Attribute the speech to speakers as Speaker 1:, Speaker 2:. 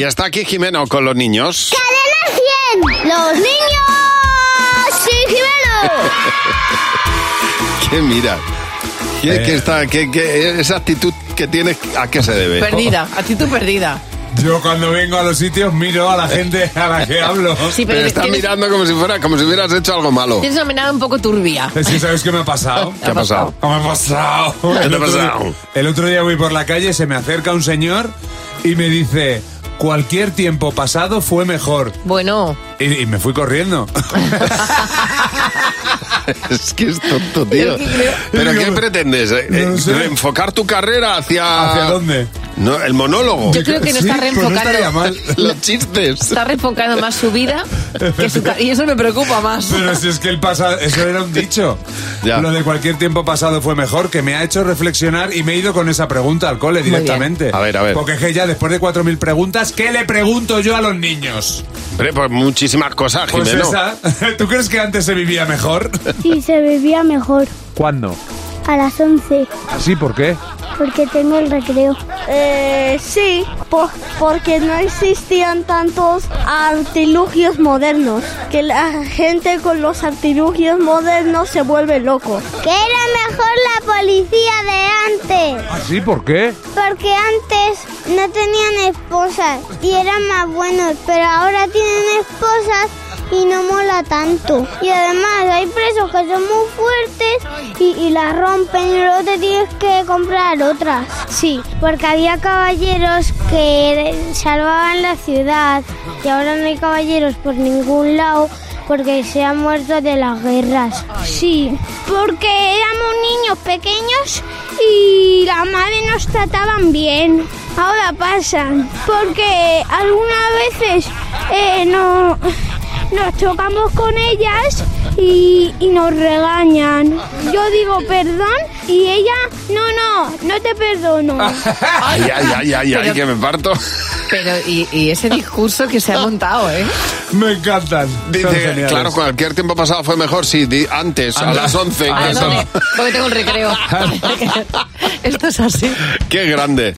Speaker 1: Y hasta aquí Jimeno con los niños.
Speaker 2: ¡Cadena 100! ¡Los niños! ¡Sí, Jimeno!
Speaker 1: ¿Qué mira? ¿Qué,
Speaker 3: Eh.
Speaker 1: qué está, qué- qué- esa actitud que tienes, ¿a qué se debe?
Speaker 4: Perdida,
Speaker 3: Oh.
Speaker 4: actitud perdida.
Speaker 3: Yo cuando vengo a los sitios miro a la gente a la que hablo.
Speaker 4: Sí,
Speaker 1: Pero
Speaker 4: pero
Speaker 1: está
Speaker 4: tienes,
Speaker 1: mirando como si fuera, como si hubieras hecho algo malo.
Speaker 4: tienes una mirada un poco turbia.
Speaker 3: Es que sabes qué me ha pasado.
Speaker 1: ¿Qué ha pasado?
Speaker 3: ¿Qué me ha pasado?
Speaker 1: te
Speaker 3: El
Speaker 1: ha
Speaker 3: otro día-
Speaker 1: pasado?
Speaker 3: el otro día voy por la calle, se me acerca un señor y me dice, cualquier tiempo pasado fue mejor.
Speaker 4: Bueno,
Speaker 3: Y, y me fui corriendo.
Speaker 1: Ah. Es que es tonto, tío.
Speaker 4: Es que creo-
Speaker 1: ¿Pero
Speaker 3: Es que
Speaker 1: qué
Speaker 3: me-
Speaker 1: pretendes? Eh,
Speaker 3: No lo
Speaker 1: eh,
Speaker 3: sé.
Speaker 1: ¿Reenfocar tu carrera hacia.
Speaker 3: ¿Hacia dónde?
Speaker 1: No, el monólogo.
Speaker 4: Yo creo que no está
Speaker 3: Sí, pues
Speaker 4: reenfocando.
Speaker 3: estaría mal.
Speaker 1: Los chistes.
Speaker 4: está reenfocando más su vida que su ca- Y eso me preocupa más.
Speaker 3: Pero si es que el pasado, eso era un dicho.
Speaker 1: Ya.
Speaker 3: Lo de cualquier tiempo pasado fue mejor, que me ha hecho reflexionar y me he ido con esa pregunta al cole
Speaker 4: bien.
Speaker 3: directamente.
Speaker 1: A ver, a ver.
Speaker 3: Porque es que ya después de 4.000 preguntas, ¿qué le pregunto yo a los niños?
Speaker 1: Hombre, pues muchísimas cosas,
Speaker 3: Pues
Speaker 1: Jimeno.
Speaker 3: esa. ¿Tú crees que antes se vivía mejor?
Speaker 5: Sí, se bebía mejor
Speaker 6: ¿Cuándo?
Speaker 5: a las 11
Speaker 6: ¿Así por qué?
Speaker 5: porque tengo el recreo. Eh, sí, po- porque no existían tantos artilugios modernos, que la gente con los artilugios modernos se vuelve loco.
Speaker 2: Que era mejor la policía de antes.
Speaker 6: ¿Así por qué?
Speaker 2: Porque antes no tenían esposas y eran más buenos, pero ahora tienen esposas y no mola tanto. Y además hay presos que son muy fuertes y, y las rompen y luego te tienes que comprar otras. Sí, porque había caballeros que salvaban la ciudad y ahora no hay caballeros por ningún lado porque se han muerto de las guerras. Sí, porque éramos niños pequeños y las madres nos trataban bien. Ahora pasan, porque algunas veces eh, no- nos chocamos con ellas y, y nos regañan. Yo digo perdón y ella, no, no, no te perdono.
Speaker 1: Ay, ay, ay, ay, ay,
Speaker 4: Pero-
Speaker 1: que me parto.
Speaker 4: Pero y, y ese discurso que se ha montado, ¿eh?
Speaker 3: Me encantan. Son
Speaker 1: Dice,
Speaker 3: geniales.
Speaker 1: claro, cualquier tiempo pasado fue mejor, sí, di- antes, a
Speaker 3: Anda.
Speaker 1: las 11.
Speaker 3: Ah,
Speaker 1: que
Speaker 4: ¿A
Speaker 3: eso.
Speaker 4: dónde? Porque tengo el recreo. Esto es así.
Speaker 1: son- Qué grande.